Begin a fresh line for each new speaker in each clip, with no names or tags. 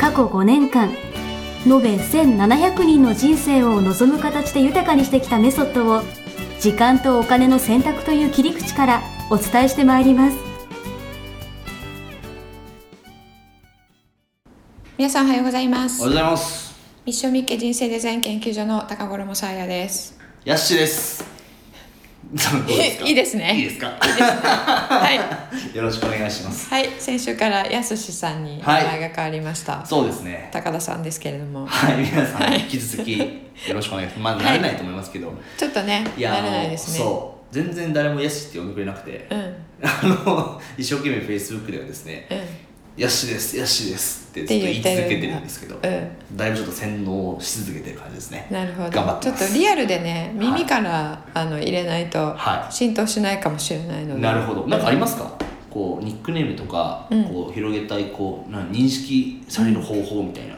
過去5年間延べ1700人の人生を望む形で豊かにしてきたメソッドを時間とお金の選択という切り口からお伝えしてまいります
皆さんおはようございま
おは
す
ようございます。
ミッションミッケ人生デザイン研究所の高頃もさあやです
ヤッシーです。どうですか
いいですね
いいですか。
はい、
よろしくお願いします。
はい、先週からやすしさんに名
はい
前が変わりました、
そうですね。
高田さんですけれども
はい、皆さん
はい
引き続きよろしくお願いします。まあ、
い
なれないと思いますけど。
ちょっとね
いや、
慣れない
あの、
ですね
そう、全然誰もヤッシーって呼んでくれなくて
う、んうん
あの一生懸命フェイスブックではですね、ヤッシーです、ヤッシーですってずっと言い続けてるんですけど、
う
だいぶちょっと洗脳し続けてる感じですね。
なるほど
頑張って
ちょっ
ま
と
す。
リアルでね
はい
耳から、あの入れないと
はい
浸透しないかもしれないので、
なるほど。なんかありますか？こうニックネームとか、
うん
こう広げたいこうなん認識される方法みたいな。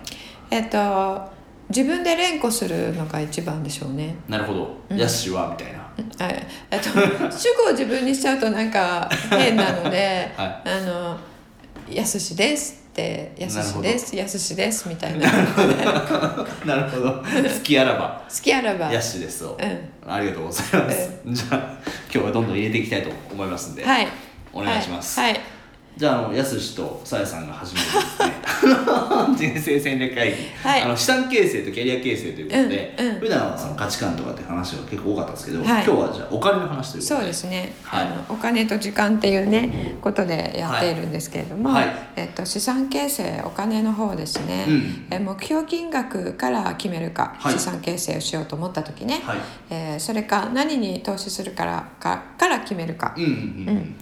えっと自分で連呼するのが一番でしょうね
なるほど。
うん
ヤッシーはみたいな。
あえっと主語を自分にしちゃうとなんか変なので「
は
あのやすしです」って「やす
なる
し
ほど
です」「やすしです」みたいな
なるほど。好きあらば
好きあらば
ヤッシーですを
う。ん
ありがとうございます。じゃあ今日はどんどん入れていきたいと思いますんで、
はい
お願いします。
はい、はい
じゃああのヤスシとさやさんが初めて ですね。人生戦略会議、
はい
あの資産形成とキャリア形成ということで、
うんうん
普段はその価値観とかって話が結構多かったんですけど、
はい
今日はじゃあお金の話ということ
そ
で
うですね、
はい
あのお金と時間っていうねことでやっているんですけれども、
はいはい
えっと、資産形成お金の方ですね、
うん
え目標金額から決めるか、
はい
資産形成をしようと思った時ね、
はい
えーそれか何に投資するからかから決めるか、
うんうんうんうん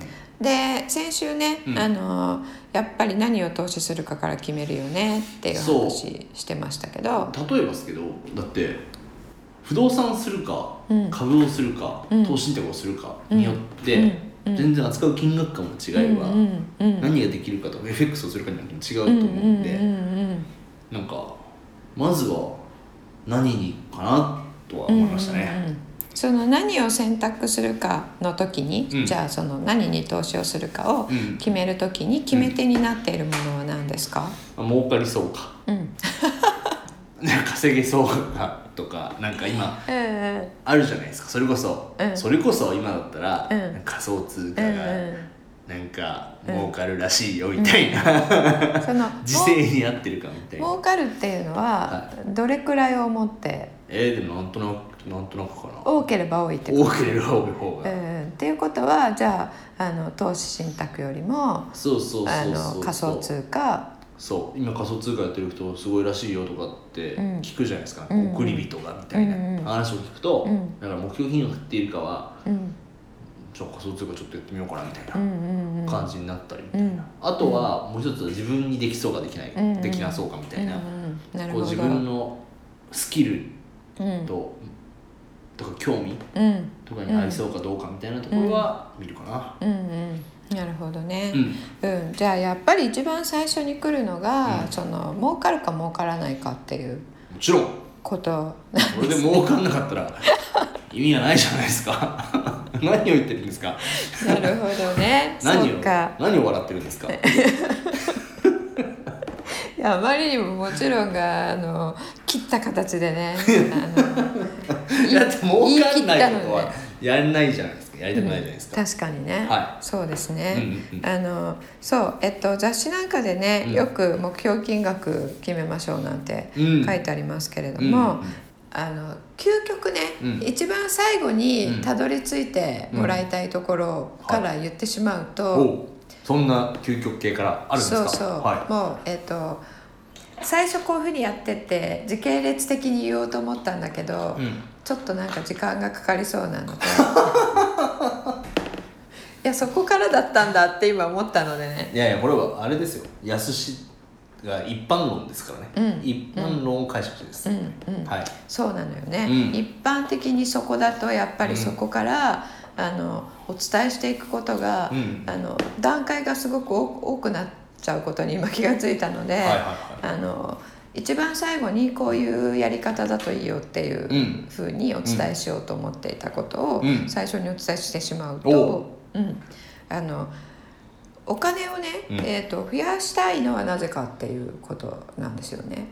で先週ね、
うん
あのやっぱり何を投資するかから決めるよねっていう
そう
話してましたけど
例えばですけどだって不動産をするか、
うん
株をするか、
うん
投資信託をするか
うん
によって、
うんうん
全然扱う金額感も違えば、
うんうんうん
何ができるかとか FX をするかによっても違うと思うんで、
うんうんうん
なんかまずは何にかなとは思いましたね。
うんうんうんその何を選択するかの時に、
うん
じゃあその何に投資をするかを
うん
決める時に決め手になっているものは何ですか、
あ儲かりそうか
うん
なんか稼げそうかとかなんか今
え
あるじゃないですかそれこそ、
うん
それこそ今だったら、
うん
仮想通
え
貨
う
が
んうん
なんか
うん
儲かるらしいよみたいな、
その
時勢に合ってるかみたいな
儲かるっていうのは
は
どれくらいを持って
えー、でもなんとなくなんとなくかな
多ければ多いってこと
多ければ多い方が、
うんっていうことはじゃああの投資信託よりも
そうそう
あ
そうそう
の仮想通貨
そう今仮想通貨やってる人すごいらしいよとかって
うん
聞くじゃないですか、
うん
送り人がみたいな
うんうん
話を聞くと、
うん
だから目標金額っていうよりかは
うん
ちょ仮想通貨ちょっとやってみようかなみたい
うんうん
な
うん
感じになったりみたいな、
うん
あとはもう一つは自分にできそうかできない、
うん
できなそうかみたいな、
うんうんなる
こ
ほ
う
ど
自分のスキル
うん
と、とか興味
うん
とかに合いそうかどうかみたいなところは見るかな。
うんうんなるほどね
う、ん、
うんじゃあやっぱり一番最初に来るのが、
うん
その儲かるか儲からないかっていう
もちろん
こと
これで儲かんなかっ たら意味がないじゃないですか 何を言ってるんですか
なるほどね
何
そ
を
うか
何を笑ってるんです か
いやあまりにももちろんがあの切った形で ねあの言い切っ
だって儲かんないこと
たの
は
ね
やらないじゃないですかやりたくないじゃないですか、
確かにね、
は
そうですね、
うんうん
あのそうえっと雑誌なんかでね、
うん
よく目標金額決めましょうなんて
うん
書いてありますけれど
う
も、
んうんうん
あの究極ね、
うん
一番最後
う
に
ん
たどり着いてもらいたいところから言ってしまうと、
おうそんな究極系からあるんです
そ
か
うそう、
は
もうえっと最初こういうふうにやってて時系列的に言おうと思ったんだけど、
い、うん
ちょっとなんか時間がかかりそうなの でいやそこからだったんだって今思ったのでね
いやいやこれはあれですよ安しが一般論ですからね、
うん
一般論を解釈してです、
うんうん
はい
そうなのよね、
うん
一般的にそこだとやっぱりそこから、あのお伝えしていくことが、
うん
あの段階がすごく多多くなっちゃうことに今気がついたので、
はいはいは
あの一番最後にこういうやり方だといいよっていう
い、うん、
ふうにお伝えしようと思っていたことを
うん
最初にお伝えしてしまう
お
と、うん、あのお金をね、
うん
えー、と増やしたいのはなぜかっていうことなんですよね。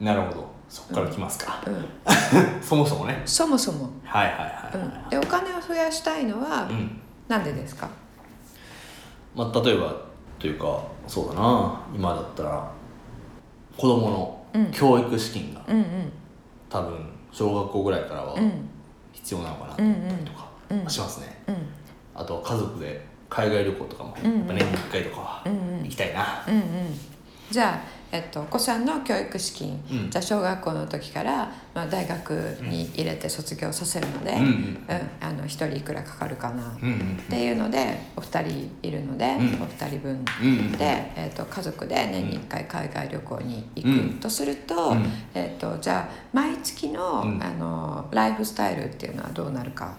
なるほどそこから来ますか、
うん、
そもそもね
そもそも、
はいはいはい、
う
はい
ん、でお金を増やしたいのは
うん
なんでですか、
まあ、例えばというかそうだな今だったら子供
うん
の教育資金が
うん、うん
多分小学校ぐらいからは
うん
必要なのかなと思ったりとか
うんうん
しますね、
うん
あとは家族で海外旅行とかもやっぱ
うんうん
年に1回とかは
うんうん
行きたいな、
うんうんじゃあえっと、お子さんの教育資金、
うん
じゃあ小学校の時から、まあ、大学に入れて卒業させるので、
うんうん
あの1人いくらかかるかな
うんうん
っていうのでお二人いるので、
うん
お二人分で、
うんうん
えー、と家族で年に1回海外旅行に行くとすると,、
うん
えー、とじゃあ毎月の,、
うん
あのライフスタイルっていうのはどうなるか、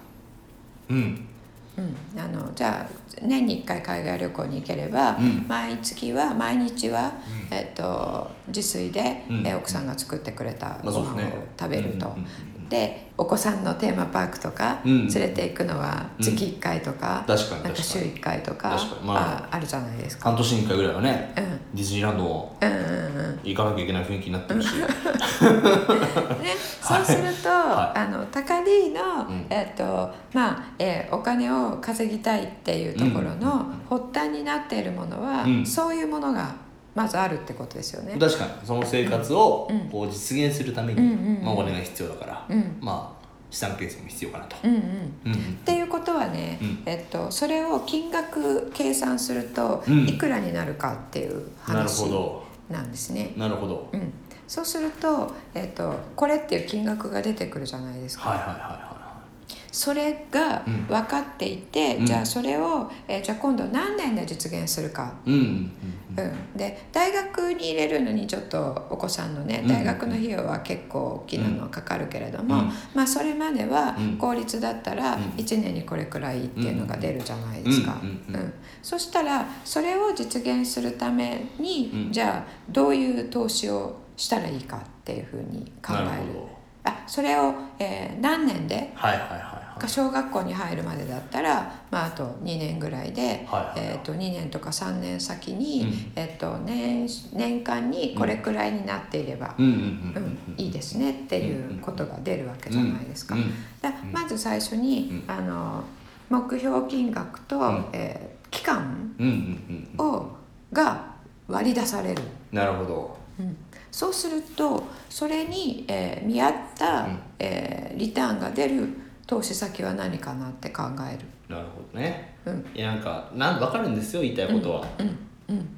うん
うん、あのじゃあ年に1回海外旅行に行ければ、
うん
毎月は毎日は、えー、と自炊で、
うん
えー奥さんが作ってくれたご
まあそう
飯
です
を
ね
食べると。
うんうんうん
でお子さんのテーマパークとか
うん
連れて行くのは月1回とか、
確かに
なんか
確
週
かに
1回とか
確かにま
あ、あるじゃないですか。
半年に1回ぐらいはね、
うん
ディズニーランドも
うんうんうん
行かなきゃいけない雰囲気になってるし、
ね、そうすると、
はい
あの高 D の、
うん
えっとまあえーお金を稼ぎたいっていうところ
うん
の発端になっているものは、
うん
そういうものがまずあるってことですよね。
確かにその生活を
うん
こう実現するために、
うんうんうん
まあ、お金が必要だから、
うん
まあ資産形成も必要かなと、
うんうん
うんうん
っていうことはね、
うん
えっと、それを金額計算すると、
うん
いくらになるかっていう
なるほ
話
ど
なんですね。
なるほど
うん、そうすると,、えっとこれっていう金額が出てくるじゃないですか。
はいはいはいは
それが
うん
分かっていて、
うん
じゃあそれを、えーじゃあ今度何年で実現するか。
いうんうんうん
うん、で大学に入れるのにちょっとお子さんのね
うん
大学の費用は結構大きなのはかかるけれども、
うん
まあ、それまでは
うん
公立だったら
うん
1年にこれくらいっていうのが出るじゃないですか。
うんうん
そしたらそれを実現するために、
うん
じゃあどういう投資をしたらいいかっていうふうに考
なる
える
ほど
あそれを、えー何年で
はいはいはいはい
小学校に入るまでだったら、まあ、あと2年ぐらいで、
はいはいはい
えー、と2年とか3年先に、
うん
えー、と年年間にこれくらいになっていれば、
うんうん
う
うんん
いいですねっていうことが出るわけじゃないですか。
うんうん
だまず最初に、あの目標金額と、
ん
えー期間
うんうんうん
をが割り出される。
なるほど
うんそうするとそれに、えー見合った、
うん
えーリターンが出る投資先は何かなって考え
なるほどね
る。うん
いやなんかなん分かるんですよ言いたいことは、
うん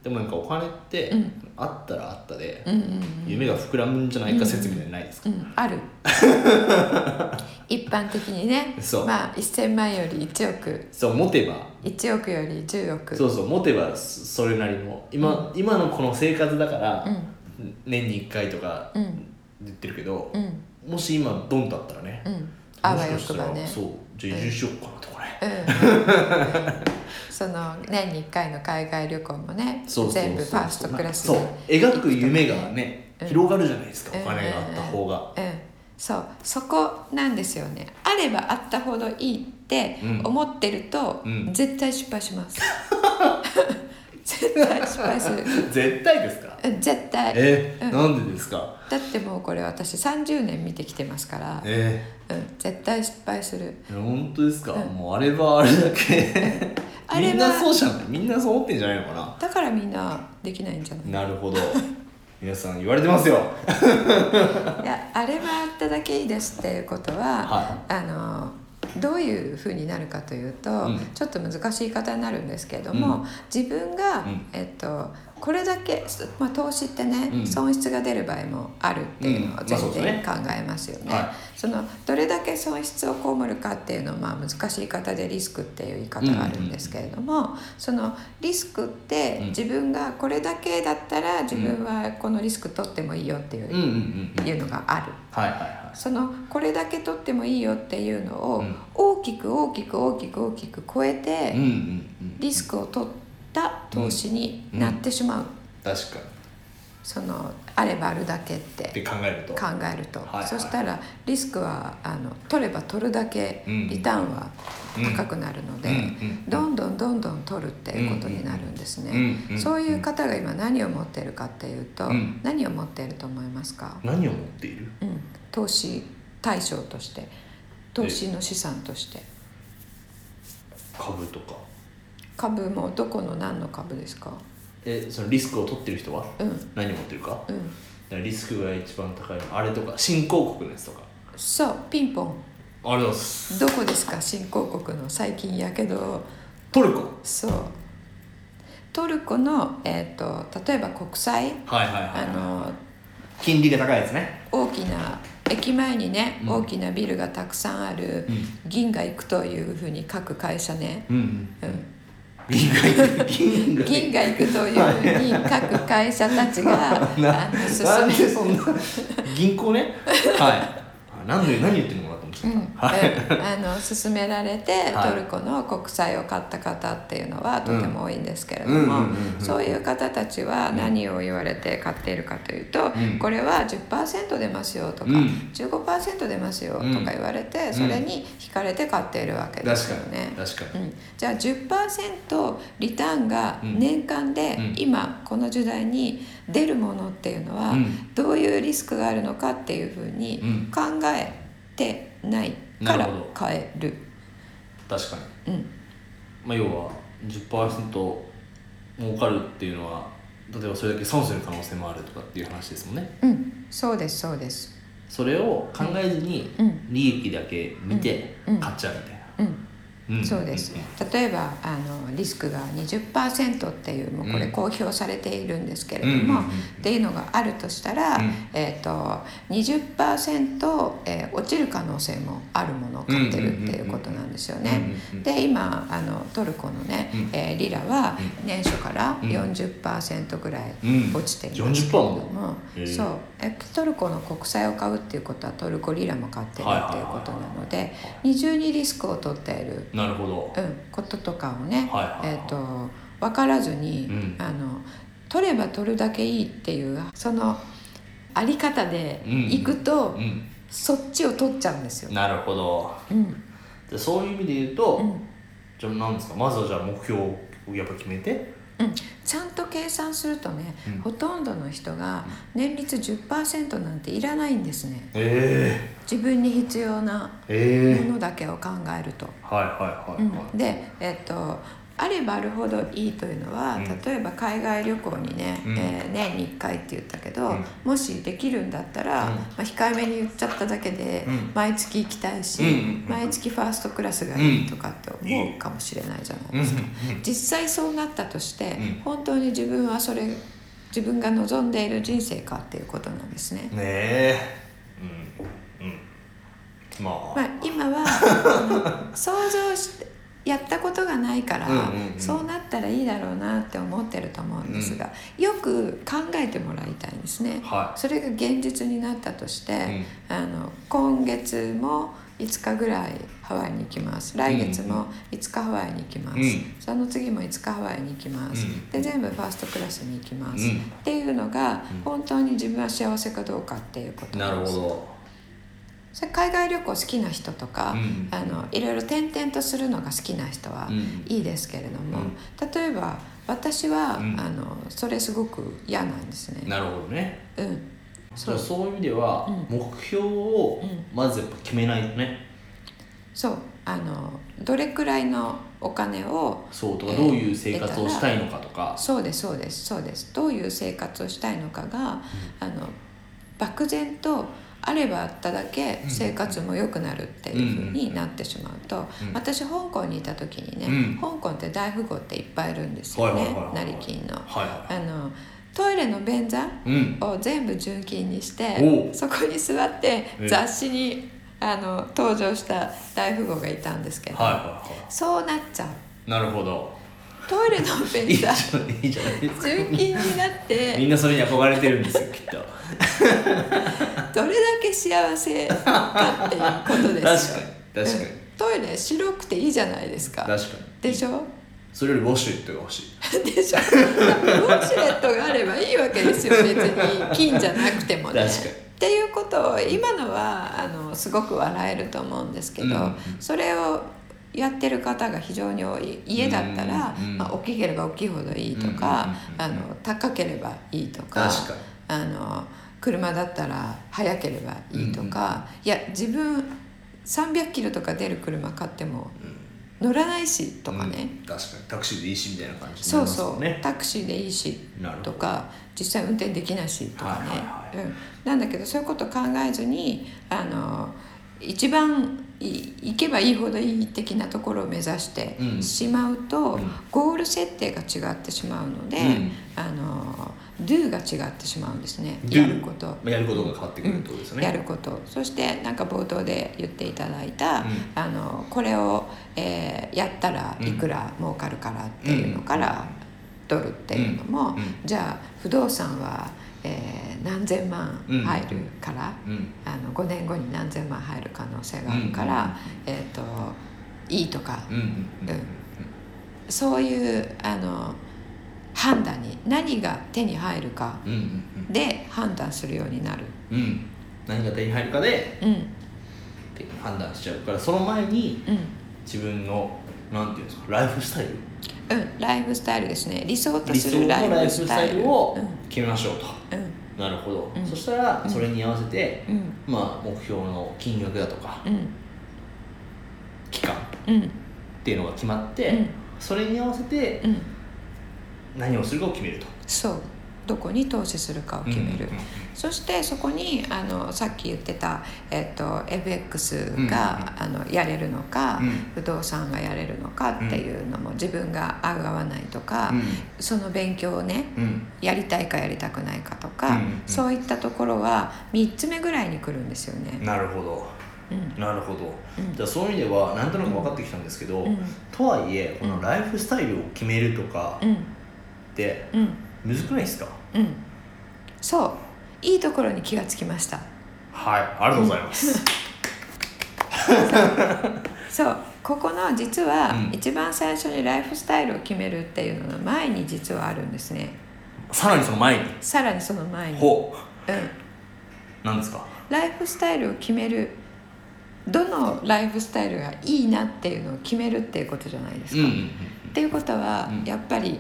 でもなんかお金って、
ん
あったらあったで、
うんうん
夢が膨らむんじゃないか説みたいなのないですか、
うん、ある一般的にね
そう
まあ1,000万より1億
そう持てば
1億より10億
そうそう持てばそそれなりの今,、今のこの生活だから、年に1回とか
うん
言ってるけど
う、ん
もし今ドンだったらね、
うんあわ
も
よ
しか
く
し
ば
たら
ね
そうじゃあ移住しようかなとこれ、
うん その年に1回の海外旅行もね
そうそうそう
全部ファーストクラス
そう
で
描く夢がね、
うん
広がるじゃないですか、
うん
お金があった方が、
うん、そうそこなんですよねあればあったほどいいって
うん
思ってると、
うん
絶対失敗します 絶対失敗する
絶対ですか
うん絶対
え、
うん
なんでですか
だってもうこれ私30年見てきてますから、
え
うん、絶対失敗する
いや本当ですか、もうあれはあれだけ
あれは
みんなそうじゃないみんなそう思ってんじゃないのかな
だからみんなできないんじゃない
な るほど皆さん言われてますよ
いやあれはあっただけいいですっていうことは、
は
あのどういうふうになるかというと、
うん
ちょっと難しい言い方になるんですけれども、自分が、
ん
えっと、これだけ、まあ、投資ってね、
うん
損失が出る場合もあるっていうのを前
うんまあそうです
提に
ね
考えますよね。
は
そのどれだけ損失を被るかっていうのは、まあ、難しい言い方でリスクっていう言い方があるんですけれども、そのリスクって
うん
自分がこれだけだったら自分はこのリスク取ってもいいよっていう,、
うんうんうんうん
いうのがある。
はいはいは
そのこれだけ取ってもいいよっていうのを
うん
大きく大きく大きく大きく超えて
いうんうんうん
リスクを取った投資になってしまう、
確かに
そのあればあるだけって
って考えると
考えると、
はいはい
そしたらリスクはあの取れば取るだけ
うん
リターンは高くなるので、
うんうん
どんどんどんどん取るっていうことになるんですね、
うんうん
そういう方が今何を持っているかっていうと、
うん
何を持っていると思いますか、
何を持っている
うん、投資対象として投資の資産として
株とか
株もどこの何の株ですか
えそのリスクを取ってる人は
うん
何を持ってるかだか
うん
らリスクが一番高いのあれとか新興国のやつとか
そうピンポン
あれです
どこですか新興国の最近やけど
トルコ
そうトルコの、えー、と例えば国債
はいはい
あの
金利が高いですね
大きな駅前にね、
うん
大きなビルがたくさんある、銀河行くというふうに各会社ね、
うん
うん、
銀河銀河
銀河行くというふうに各会社たちがあの
な
進
ん
め
でそんな銀行ねはいあなんで何言ってるのかなと思っち
う
ゃ
ん
っ
うん
たはい
あの勧められて、
はい
トルコの国債を買った方っていうのはとても多いんですけれど
うんうん
も
うんうんうん
そういう方たちは何を言われて買っているかというと、
ん
これは10%出ますよとか、
うん
15%出ますよと
うん
か言われて、それに引かれて買っているわけですよね。
確かに確か
うん、じゃあ10%リターンが
うん
年間で
うん
今この時代に出るものっていうのは
うん
どういうリスクがあるのかっていうふうに
うん
考えてないから
なるほど
買える。
確かに
うん
まあ要は10%儲かるっていうのは例えばそれだけ損する可能性もあるとかっていう話ですもんね
うん、そうですそうです。
それを考えずに
うん
利益だけ見て
うん
買っちゃうみたいな、
うん、
ん
そうです
ん。
例えばあのリスクが20%っていうもうこれ
うん
公表されているんですけれど
うんうん
も、
うん
っていうのがあるとしたら、
うん
えっ、と20%、えー落ちる可能性もあるものを買ってるっていうことなんですよね。
うんうんうん
で今あのトルコのね、
うん
えーリラは年初から
うん
40%ぐらい
うん
落ちていますけれども、
40%も
そうえトルコの国債を買うっていうことはトルコリラも買ってるっていうことなので二重にリスクを取っている、
なるほど
うん、こととかをね、
はいはいは
え
い
ー、と分からずに、
うん
あの取れば取るだけいいっていうそのあり方で
うん
いくと、
うん
そっちを取っちゃうんですよ。
なるほど
うん
でそういう意味で言うと、
うん
じゃあなんですかまずはじゃあ目標をやっぱ決めて
うん、ちゃんと計算するとね、
うん
ほとんどの人が年率10%なんていらないんですね
え
自分に必要な
ええ
ものだけを考えると。
はいはいは
う
い
ん
は
で、えっとあればあるほどいいというのは、
うん
例えば海外旅行にね、
うん
えー年に1回って言ったけど、
うん
もしできるんだったら、
うん
まあ、控えめに言っちゃっただけで、
うん
毎月行きたいし、
うんうんうん
毎月ファーストクラスがいいとかって思うかもしれないじゃない
い、うん
で
うん
すか。実際そうなったとして、
うん
本当に自分はそれ自分が望んでいる人生かっていうことなんですね
うん、。ねえうんうんまあ、
まあ、今はあの想像してやったことがないから、
うんうんうん
そうなったらいいだろうなって思ってると思うんですが、よく考えてもらいたいんですね。
は
それが現実になったとして、あの今月も5日ぐらいハワイに行きます来月も5日ハワイに行きます、
うん
その次も5日ハワイに行きます、
うん
で全部ファーストクラスに行きます、
うん
っていうのが本当に自分は幸せかどうかっていうこと
いなる
んです
ほ
それ海外旅行好きな人とか、
うん
あのいろいろ転々とするのが好きな人は
うん
いいですけれども、
うん
例えば私は、
うん
あのそれすごく嫌なんです
ど
ね。
なるほどね
うん、そ
そ
うう
そういう意味では、
う
目標を
うん
まずやっぱ決めないとね、
そうあのどれくらいのお金を
そうとか
えー
どういう生活をしたいのかとか、
そうですそうですそうですどういう生活をしたいのかが、あの漠然とあればあっただけ生活も良くなるっていうふうになってしまうと、
うん
私香港にいた時にね、
うん
香港って大富豪っていっぱいいるんですよ
はいは
ね
いはいはい
成金の。
はいは
あのトイレの便座
いうん
を全部純金にして
おう
そこに座って
え
雑誌にあの登場した大富豪がいたんですけど、
はいはいは
そうなっちゃう
いなるほど
トイレの
い
便
いじ
座
ゃんいいじゃないですか
純金になっ
みん
て
なそれに憧れてるんですよきっと
どれだけ幸せかっていうこと
確
で
かに
すよ
確かに
うんトイレ白くていいじゃないですか
確かに
でしょ
それよりウォシュレットが欲しい
でしょウォシュレットがあればいいわけですよ別に金じゃなくてもね
確かに
っていうことを今のはあのすごく笑えると思うんですけど、
うんうん
それをやってる方が非常に多い家だったら、
うんうんうん
まあ、大きければ大きいほどいいとか、
うんうんうんう
あ
ん
の高ければいいとか
確かに
あの車だったら速ければいいとか、いや自分300キロとか出る車買っても乗らないしとかね、
うん確かにタクシーでいいしみたいな感じにな
そう
ります
そ
も
う、
んね
タクシーでいいし
なるほど
とか実際運転できないしとかね、
はいはいは
うん、なんだけどそういうこと考えずにあの一番い行けばいいほどいい的なところを目指して
うん
しまうと、
うん
ゴール設定が違ってしまうので、
うん
あの do が違ってしまうんですね
Do
やること。
まあやることが変わってくるってことですよね
やることそしてなんか冒頭で言っていただいた、
ん
あのこれを、えーやったらいくら儲かるからっていうのから取るっていうのも、
うんうん
じゃあ不動産は、えー何千万
うん
入るから、
うん
あの5年後に何千万入る可能性があるから、えっ、といいとか、
うんうんうん
うんそういうあの判断に何が手に入るか
うん
で判断するようになる。
うんうんうん何が手に入るかで
うん
って判断しちゃうからその前に
うん
自分のなんていうんですかライフスタイル
うん、ライフスタイルですね理想と
理
す
想
る
の
ラ
ラ
イ
イ
フ
フ
ス
ス
タ
タ
イ
イ
ル
ル
を
を決めましょうと、
うん
なるほど、
うん
そしたらそれに合わせて、
うん
まあ目標の金額だとか
うん
期間っ
うん
ていうのが決まって、
うん
それに合わせて
うん
何をするかを決めると
そうどこに投資するかを決める、
うんうんうん
そしてそこにあのさっき言ってた、えっと FX が、あのやれるのか、
うん
不動産がやれるのかっていうのも自分が合う合わないとか、
うん
その勉強をね
うん
やりたいかやりたくないかとか、
うんうん
そういったところは3つ目ぐらいに来るんですよね。
なるほど
うん
なるほど、
うん
じゃあそういう意味ではなんとなく分かってきたんですけど、
うん
とはいえこのライフスタイルを決めるとか
うん
って
うん
むずくないですか、
うん、そういいところに気がつきました
はいありがとうございます、
そうここの実は
うん
一番最初にライフスタイルを決めるっていうのの前に実はあるんですね
さらにその前に
さらにその前に、うん、
ほなんですか
ライフスタイルを決めるどのライフスタイルがいいなっていうのを決めるっていうことじゃないです
うん
か、
うんう
っ
ん
ていうことは、
うん
やっぱり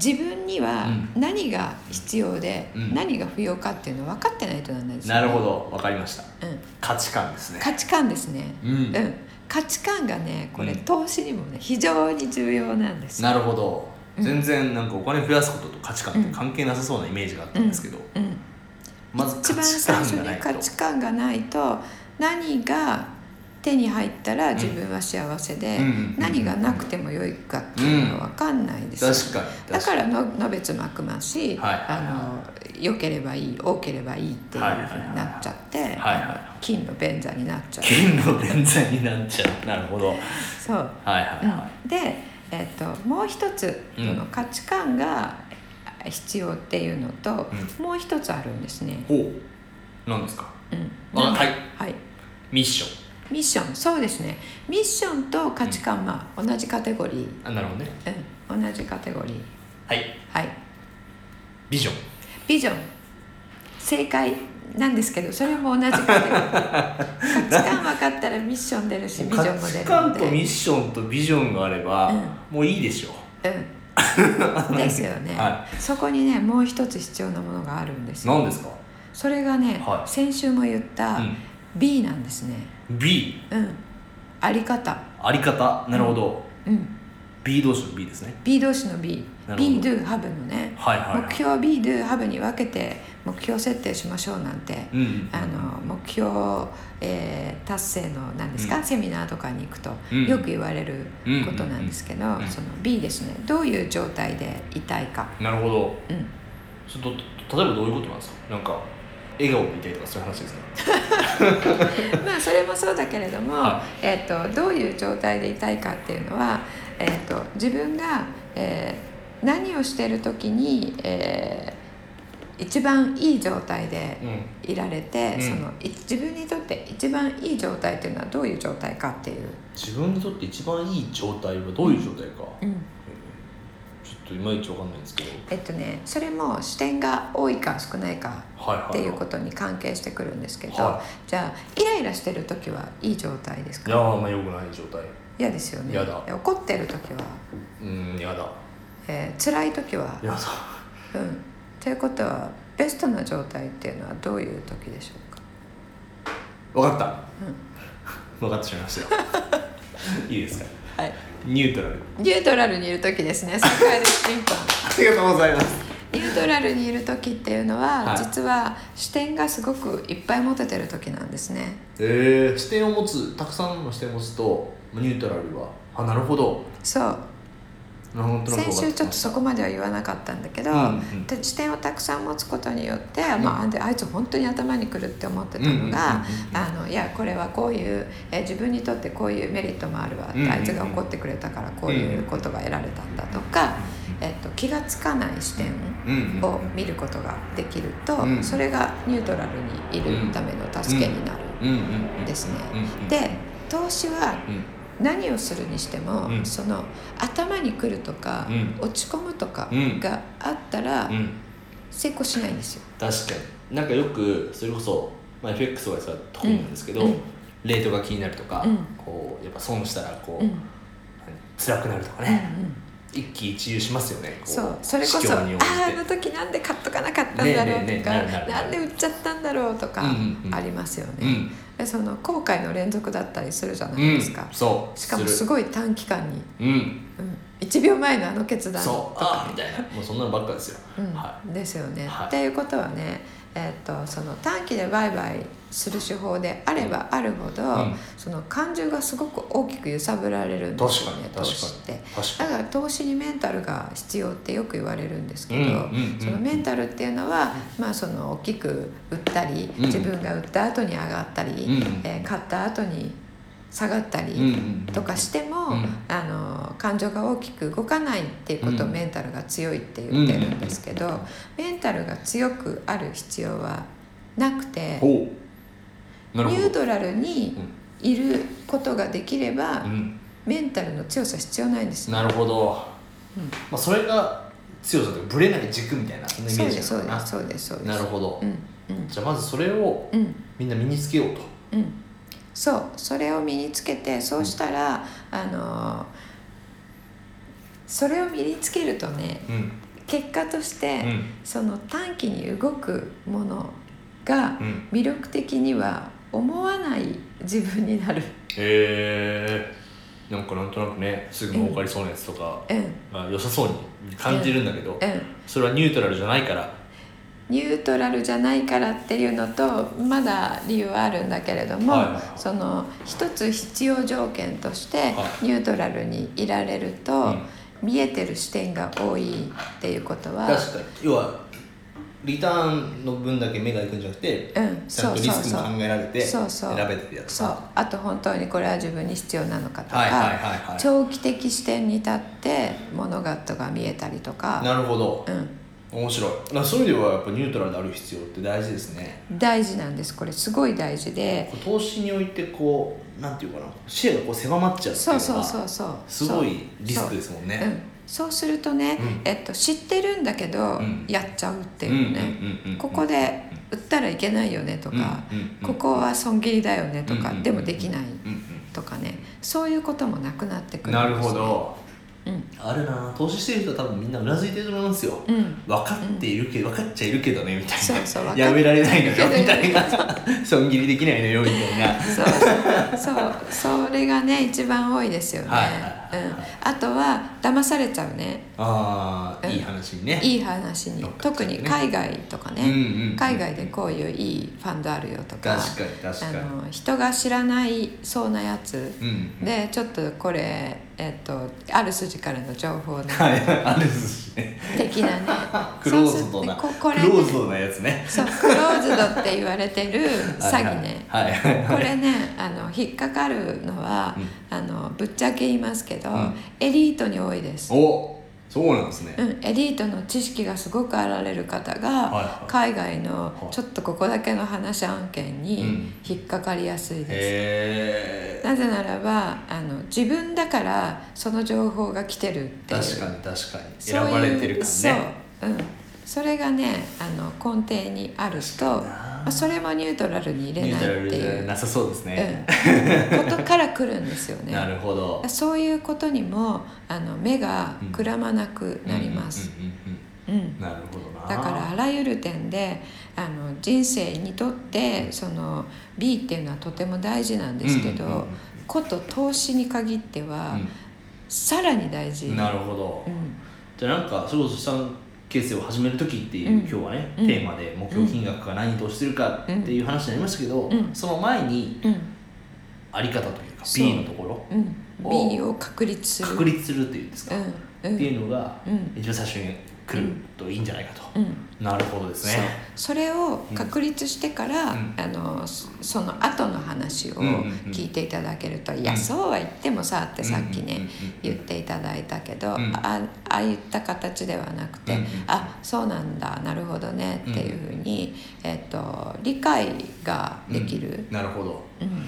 自分には
う
何が必要で、
うん
何が不要かっていうのを分かってないとならないですよ
な
ね
るほどわかりました
うん、
価値観ですね
価値観ですね、
うん
うん、価値観がねこれ、
うん
投資にもね非常に重要なんです
なるほど
うん
全然なんかお金増やすことと価値観って関係なさそうなイメージがあったんですけど、
うん、
まず
一
価
番
値
最初
観がな
に
い
価
と
値観がないと何が手に入ったら自分は幸せで、
うんうん
何がなくても良いかっていうのは分かんないですよね、
確かに確
だかららののべつ幕まし、
はいはいはい
あの良ければいい多ければいいっていうふうになっちゃって、
はいはいはい
金の便座になっちゃう
金の連座になっちゃうなるほどはい
そう
はいは
うんで、えー、ともう一つ、
うん
この価値観が必要っていうのと、
う
もう一つあるんですね。
い、ほうなんですか
うん
あはい
はい、
ミッショ
ミッションそうですねミッションと価値観は同じカテゴリー、
ンあなるほどね
うん、同じカテゴリー
はい
はい
ビジョン
ビジョン正解なんですけどそれも同じカテゴリ ー価値観分かったらミッション出るしビジ
価
ョンも出る
値
んで
観とミッションとビジョンがあれば、もういいでしょ
うんですよね、
は
そこにねもう一つ必要なものがあるんですよ
何ですか
それがね、
はい
先週も言った
うん
B なんですね
B
うんあり方
あり方なるほど、
うん
B 同士の B ですね
B 同士の B
なるほど
B do have のね、
はいはいはい
目標 B do have に分けて目標設定しましょうなんて、
うんうん
あの目標、えー達成の何ですか、セミナーとかに行くと
うん
よく言われることなんですけど、
んうん
その B ですねどういう状態でいたいか、
なるほど
うん、
ちょっと例えばどういうことなんですかなんか笑顔みたいとかそういう話ですか
まあそれもそうだけれども、
は
えっとどういう状態でいたいかっていうのは、えっと自分が、えー何をしてる時に、えー一番いい状態で
うん
いられて、
うん
そのい自分にとって一番いい状態っていうのはどういう状態かっていう、
自分にとって一番いい状態はどういう状態か、ちょっといまいちわかんないんですけど
えっとねそれも視点が多いか少ないか
はいはい、は
っていうことに関係してくるんですけど、
は
じゃあイライラしてる時はいい状態です
いやー
か
まあよくない状態
嫌ですよね
嫌だ
で怒ってる時は、
うんやだ
えー辛い時は
やだ
うんということはベストな状態っていうのはどういう時でしょうか
わかった、分かってしまいましたよ いいですか
はい
ニュートラル
ニュートラルにいる時ですね世界ですピンポン
ありがとうございま す
ニュートラルにいる時っていうのは、
はい
実は視点がすごくいっぱい持ててる時なんですね。
えー、視点を持つたくさんの視点を持つとニュートラルはあなるほど
そう
なんとな
先
くわか
週
って
ちょっ
ま
と
す
そこまでは言わなかったんだけど、
うんうん
で視点をたくさん持つことによって、まあ、であいつ本当に頭にくるって思ってたのが
うん
あのいやこれはこういうえ自分にとってこういうメリットもあるわって、
うんうんうん
あいつが怒ってくれたからこういうことが得られたんだとか、えっと、気がつかない視点
うん
を見ることができると、
うん
それがニュートラルにいるための助けになる。
うんうんうん
ですね。
うんうん
で投資は
うん
何をするにしても、
うん
その頭に来るとか、
うん
落ち込むとか
うん
があったら、
うん
成功しないんですよ。
確かになんかよくそれこそ、まあ、FX とかさ得意なんですけど、
うんうん
レートが気になるとか、
うん
こうやっぱ損したらこう、
うん
辛くなると
う
か
んう
ね、
ん
一喜一憂しますよねこう
そうそれこ
市
そ「
況
あ
に応じて
ああの時なんで買っとかなかったんだろう」とか、
ねえねえねえなるなる
なんで売っちゃったんだろう」とか
うんうんうん
ありますよね。
うん
でその後悔の連続だったりするじゃないうで
ん
すか。
そう
しかもす
る
ごい短期間に、
うん
うん、1秒前のあの決断
そうああみたいなもうそんなのばっかですよ、
うん
は
ですよね。
はい
っていうことはね、えー、とその短期で売買する手法であればあるほど、
ん
その感情がすごく大きく揺さぶられるんですよね投
確かに
資って。
確か
だ
に
から投資にメンタルが必要ってよく言われるんですけど、
うんうんうん
そのメンタルっていうのは、まあ、その大きく売ったり、
うん
自分が売った後に上がったり、
うんうん
えー買った後に下がったり、
うんうん
とかしても、
うん
あの感情が大きく動かないっていうことを
うん
メンタルが強いって言ってるんですけど、メンタルが強くある必要はなくてニ
ほうなるほ
ュー
ど
トラルにいることができれば、
うん
メンタルの強さ必要ないんですね
なるほど、まあ、それが強さというかぶれない軸みたいなそんなイ
そ
メ
う
ー
で
ジ
すそう
なの
で
か
すそうですそうです
ななるほど、
うんうん
じゃあまずそれを
うん
みんな身につけようと
うんそうそれを身につけてそうしたら、あのそれを身につけるとね
うん
結果として、
うん
その短期に動くものが
うん
魅力的には思わない自分になる、
へえんかなんとなくねすぐ儲かりそうなやつとか
うん
が良さそうに感じるんだけど
うん、
それはニュートラルじゃないから
ニュートラルじゃないからっていうのとまだ理由はあるんだけれども、
はいはいはい
その一つ必要条件として
はい
ニュートラルにいられると、
うん
見えてる視点が多いっていうことは
確かに要はリターンの分だけ目がいくんじゃなくて
うん
ちゃんとリスクも考えられて
そうそう
選べてるやつ
そう
か
あと本当にこれは自分に必要なのかとか、
はいはいはいはい
長期的視点に立って物事が見えたりとか、
なるほど
う
面白いだからそういう意味ではやっぱニュートラルである必要って大事ですね
ん、大事なんですこれすごい大事で
こう投資においてこうなんていうかな視野がこう狭まっちゃうっていう
そう
の
そう
は
そうそう
すごいリスクですすもん
ね、そううん
ね、
そうするとね、
うん
えっと、知ってるんだけど、
うん
やっちゃうっていうね、
うんうんうんうん
ここで売ったらいけないよねとか、
うんうんうん
ここは損切りだよねとか、
うんうんうん
でもできない
うん
とかねそういうこともなくなってくるん
な
で
る
すね
ほど、
うん
あるな投資してる人は多分みんなうなずいてると思いますよ、
うん
分かっているけど分かっちゃいるけどねみたいな
そうそう分かっ
やめられないのよ
けど
みたいな損切りできないのよみたいな
そう そうそれがね一番多いですよね、
はいはいはい
うん、あとは騙されちゃうね
あー
うん
いい話にね
いい話に
乗っかっち
特
ゃうね
に海外とかね、
うんうんうん
海外でこういういいファンドあるよとか
確かに確か
あ
に
の人が知らないそうなやつ、
うん
でちょっとこれ、えっとある筋からの情 報の
はいあれですしね
的なね
クローズドな
そうするとこ
ク
こ
ロ
れね
ーズドなやつね
そうクローズドって言われてる詐欺ね
はいはいは
こ
い
れねあの引っかかるのは、あのぶっちゃけ言いますけど、
うん
エリートに多いです。
おそうなんですね
うん、エリートの知識がすごくあられる方
はい
が
はい
海外の
い
ちょっとここだけの話案件
う
に
ん
引っかかりやすいです。
へえ
なぜならばあの自分だからその情報が来てるっていう
確かに確かに
そういう
選ばれてる感ね
そう、うん、それがねあの根底にあると、まあ、それもニュートラルに入れ
ニュ
な
ートラ
い
ル
って
じ
いう
ゃなさそうですね、
うんことから来るんですよね。
なるほど
そういうことにもあの目がくらまなくなります。
うんうんう
う
ん
ん
うんなるほど
だ
な
からあらゆる点であの人生にとってその B っていうのはとても大事なんですけど、
うんうんうんうん
こと投資に限っては、
うん
さらに大事。
なるほど、
うん
じゃあなんかそれこそ資産形成を始める時っていう、
うん
今日はね、
うん
テーマで目標金額が何に投資するかっていう話になりましたけど、
うん
その前に
うん
あり方というか
そう
B のところ
うん、B を確立する
確立するっていうんですか、
うんうん
っていうのが
うん
一番最初に来るといいんじゃないかと、
うん
なるほどです
そう
ね
それを確立してから、
うん
あのそその後の話を
うんうんうん
聞いていただけると「いや
うん
そうは言ってもさ」ってさっきね、
うんうんうんうん
言っていただいたけど、
うん
あああいった形ではなくて「
うんうん
あそうなんだなるほどね」っていうふうに、えっと理解ができる。
うんなるほど
うん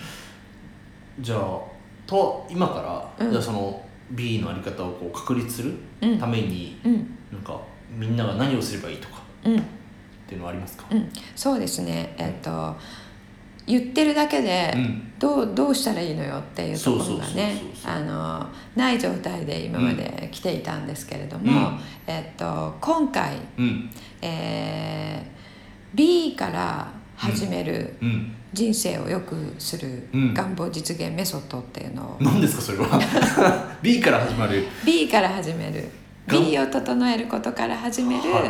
じゃあと今から、
うん
じゃあその B のあり方をこう確立する
うん
ために、
うん
なんかみんなが何をすればいいとか
うん
っていうのはありますか、
うん、そうですね、えっと言ってるだけで
うん
どうどうしたらいいのよっていうところがね
そうそうそうそう
あのない状態で今まで来ていたんですけれども、
うん
えっと、今回、
うん
えー B から始める
うん
人生を良くする
うん
願望実現メソッドっていうのを、
何ですかそれ は B から始まる
B から始める。
が
B を整えることから始める、
はい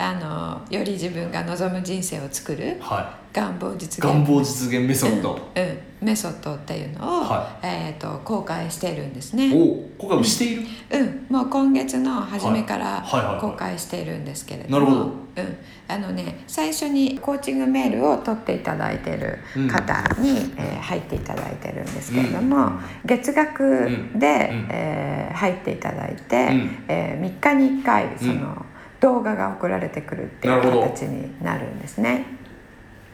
あのより自分が望む人生を作る
は
願望実現
い願望実現メソッド、
うん、メソッドっていうのを、
は
えー、と公開しているんですね。
おお今回もしている、
うん、もう今月の初めから
はいはいはいはい
公開しているんですけれども、
なるほど
うん、あのね最初にコーチングメールを取っていただいている方に、えー入っていただいてるんですけれども、
うん
月額で、
うん
えー入っていただいて、
うん
え3日に1回その、動画が送られてくるっていう
なるほど
形になるんですね。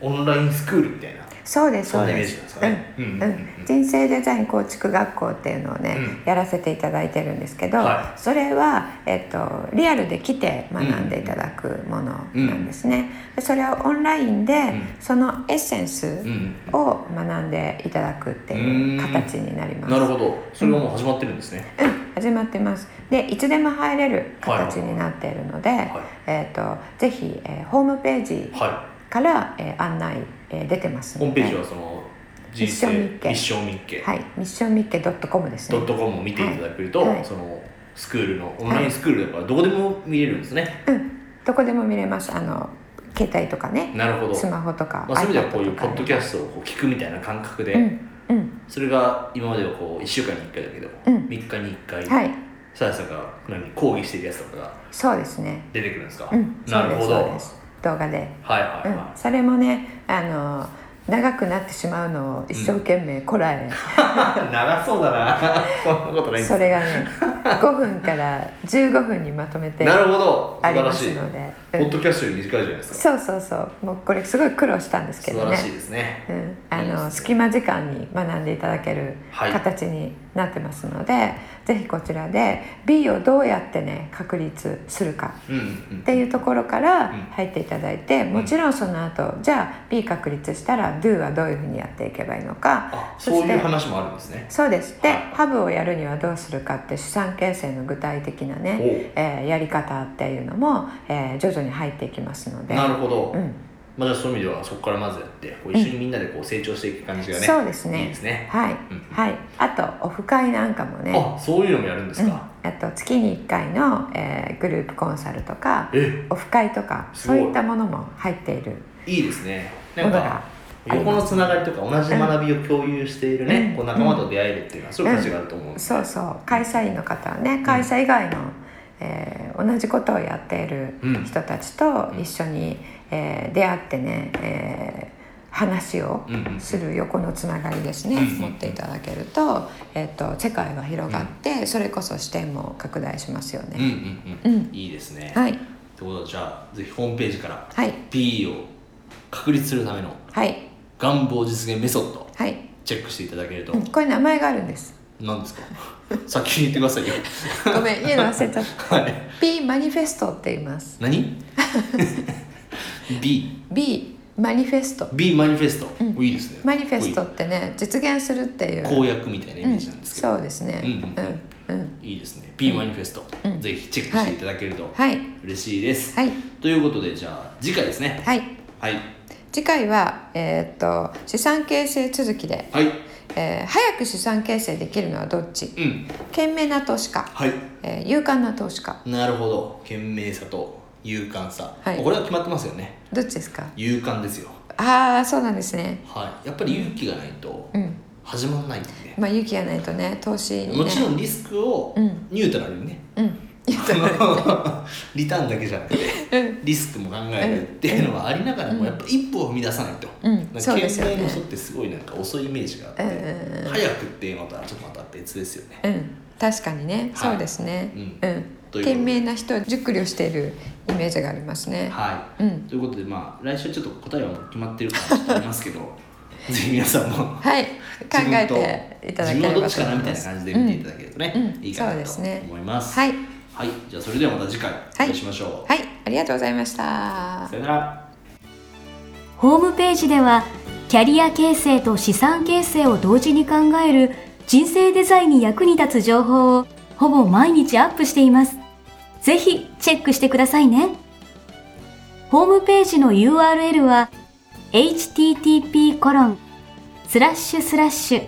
オンラインスクールみたいな
そうです
そ
そ
ん
う
なイメ
で
ージ
す
なんです。
う
かね
ん
うん
う
うん
ん人生デザイン構築学校っていうのをね、やらせていただいてるんですけど、
は
それはえっとリアルで来て学んでいただくものなんですね。でそれをオンラインで、そのエッセンス
ん
を学んでいただくっていう形になります。
なるほどそれがもう始まってるんですね、
うん、始まってます。で、いつでも入れる形になっているので、
はい
えっ、とぜひ、えーホームページ
は
から、えー案内、えー出てます
い
ので。
ホームページはその人生
ミッションミッケ
一生ミッケ
はい、ミッションミッケドットコムですね
ドッ。トコムを見ていただけると、
はいはい
そのスクールのオンラインスクールだからどこでも見れるんですね、
うん、どこでも見れます。あの携帯とかね、
なるほど
スマホとか、
まあ、そういう意味
iPad
ではこういう
と
ポ
か
ッドキャストをこう聞くみたいな感覚で、
うん、うん、
それが今まではこう1週間に1回だけど、
うん
3日に1回、
はい、
さやさんが何講義してるやつとかが
そうですね。
出てくるんですか、
うん、
なるほど
そう
はい
ですそうです。動画で、
はい
うん
は、
それもね、あの長くなってしまうのを一生懸命こらえ、
い、長そうだなそんなことないんです
それがね、5分から15分にまとめて
なるほど素
あり
晴ら
ま
し
す
い
ので、
ポ
う
ッ
ん
ドキャストより短いじゃないですか
そうそうそう、もうこれすごい苦労したんですけ
素
ど
晴
ね
らし。いですね
うん、あ
いいです
の
ね
隙間時間に学んでいただける
はい
形になってますのでぜひこちらで B をどうやってね確立するか
うんうん
っていうところから
うん
入っていただいて、もちろんその後じゃあ B 確立したら Do はどういうふうにやっていけばいいのか
あ
そ
そう
して
いう話もあるんですね
そうですで、
はい
ハブをやるにはどうするかって資産形成の具体的なね、えーやり方っていうのも、えー徐々に入っていきますので
なるほど、
うん
まあ、じゃあそういう意味ではそこからまずやってこう一緒にみんなでこう成長していく感じがね、
そうですね
いいですね
はい、
うん
はい、あとオフ会なんかもね
あそういうのもやるんですか、
うん、あと月に1回の、えーグループコンサルとか
え
オフ会とか
す
そ
ご
う
い
いったものも入っている
いいですね
も
な
のが
んか横のつながりとか同じ学びを共有しているね、
うん
こう仲間と出会えるっていうのはすごい価値があると思うんです
そうそう会社員の方はね会社以外の、えー同じことをやっている
うん
人たちと一緒に、えー出会ってね、えー話を
うんうん
する横のつながりですね、
うんうん
持っていただけると,、えー、と世界は広がって、それこそ視点も拡大しますよ
うんう
ね。
んうん、
うん
いいですね、
はい
ってことはじゃあぜひホームページから
はい
P を確立するための
はい
願望実現メソッド
はい、
チェックしていただけると、
うんこれ名前があるん です。
何ですか先に言ってくださいよ
ごめん言うの忘れちゃった。
はい
B マニフェストって言います。
何 B
B マニフェスト
B マニフェスト、いいですね
マニフェスト
かっ
ってね実現するっていう。
こいい公約みたいなイメージなんですけど、
そうですね。う、
うん
うん、
いいですね B マニフェスト、
うん
ぜひチェックしていただけると
はい
嬉しいです、
はい
ということでじゃあ次回ですね
はい。
はい
次回はえーっと資産形成続きで、
はい
えー早く資産形成できるのはどっち？
うん
賢明な投資家、
はい
えー勇敢な投資家、
なるほど賢明さと勇敢さ、
はい
これは決まってますよね
どっちですか？
勇敢ですよ
ああそうなんですね。
はいやっぱり勇気がないと
うん。
始まらないんで、
まあ勇気がないとね投資にね。
もちろんリスクを
うん
ニュートラルにね、
うん。言った
あ
ら
のリターンだけじゃなくてリスクも考えるっていうのはありながらもやっぱ一歩を踏み出さないと、
うん
なんか
そうですよね
懸命の人ってすごいなんか遅いイメージがあって、
うんうんうん
早くっていうのとはちょっとまた別ですよね
うん、確かにね、
はい
そうですね。う、
うんんということで
賢明な人、熟慮しているイメージがありますね。
はい、
うん
ということでまあ来週ちょっと答えはもう決まってるかもしれま すけどぜひ皆さんも
はい、考
自
え
分と
ていただければ
自分はどっち
と
か
思
ないみた
ま
いな
す。
感じで見ていただけるとね、
うん
いいか
そう
な
ですね
と思います
はい、
はい、じゃあそれではまた次回お会いしましょう、
はい、ありがとうございました
さ。よなら
ホームページではキャリア形成と資産形成を同時に考える人生デザインに役に立つ情報をほぼ毎日アップしています。ぜひチェックしてくださいね。ホームページの URL は http コロンスラッシュスラッシュ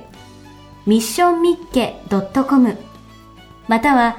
ミッションミッケ .com または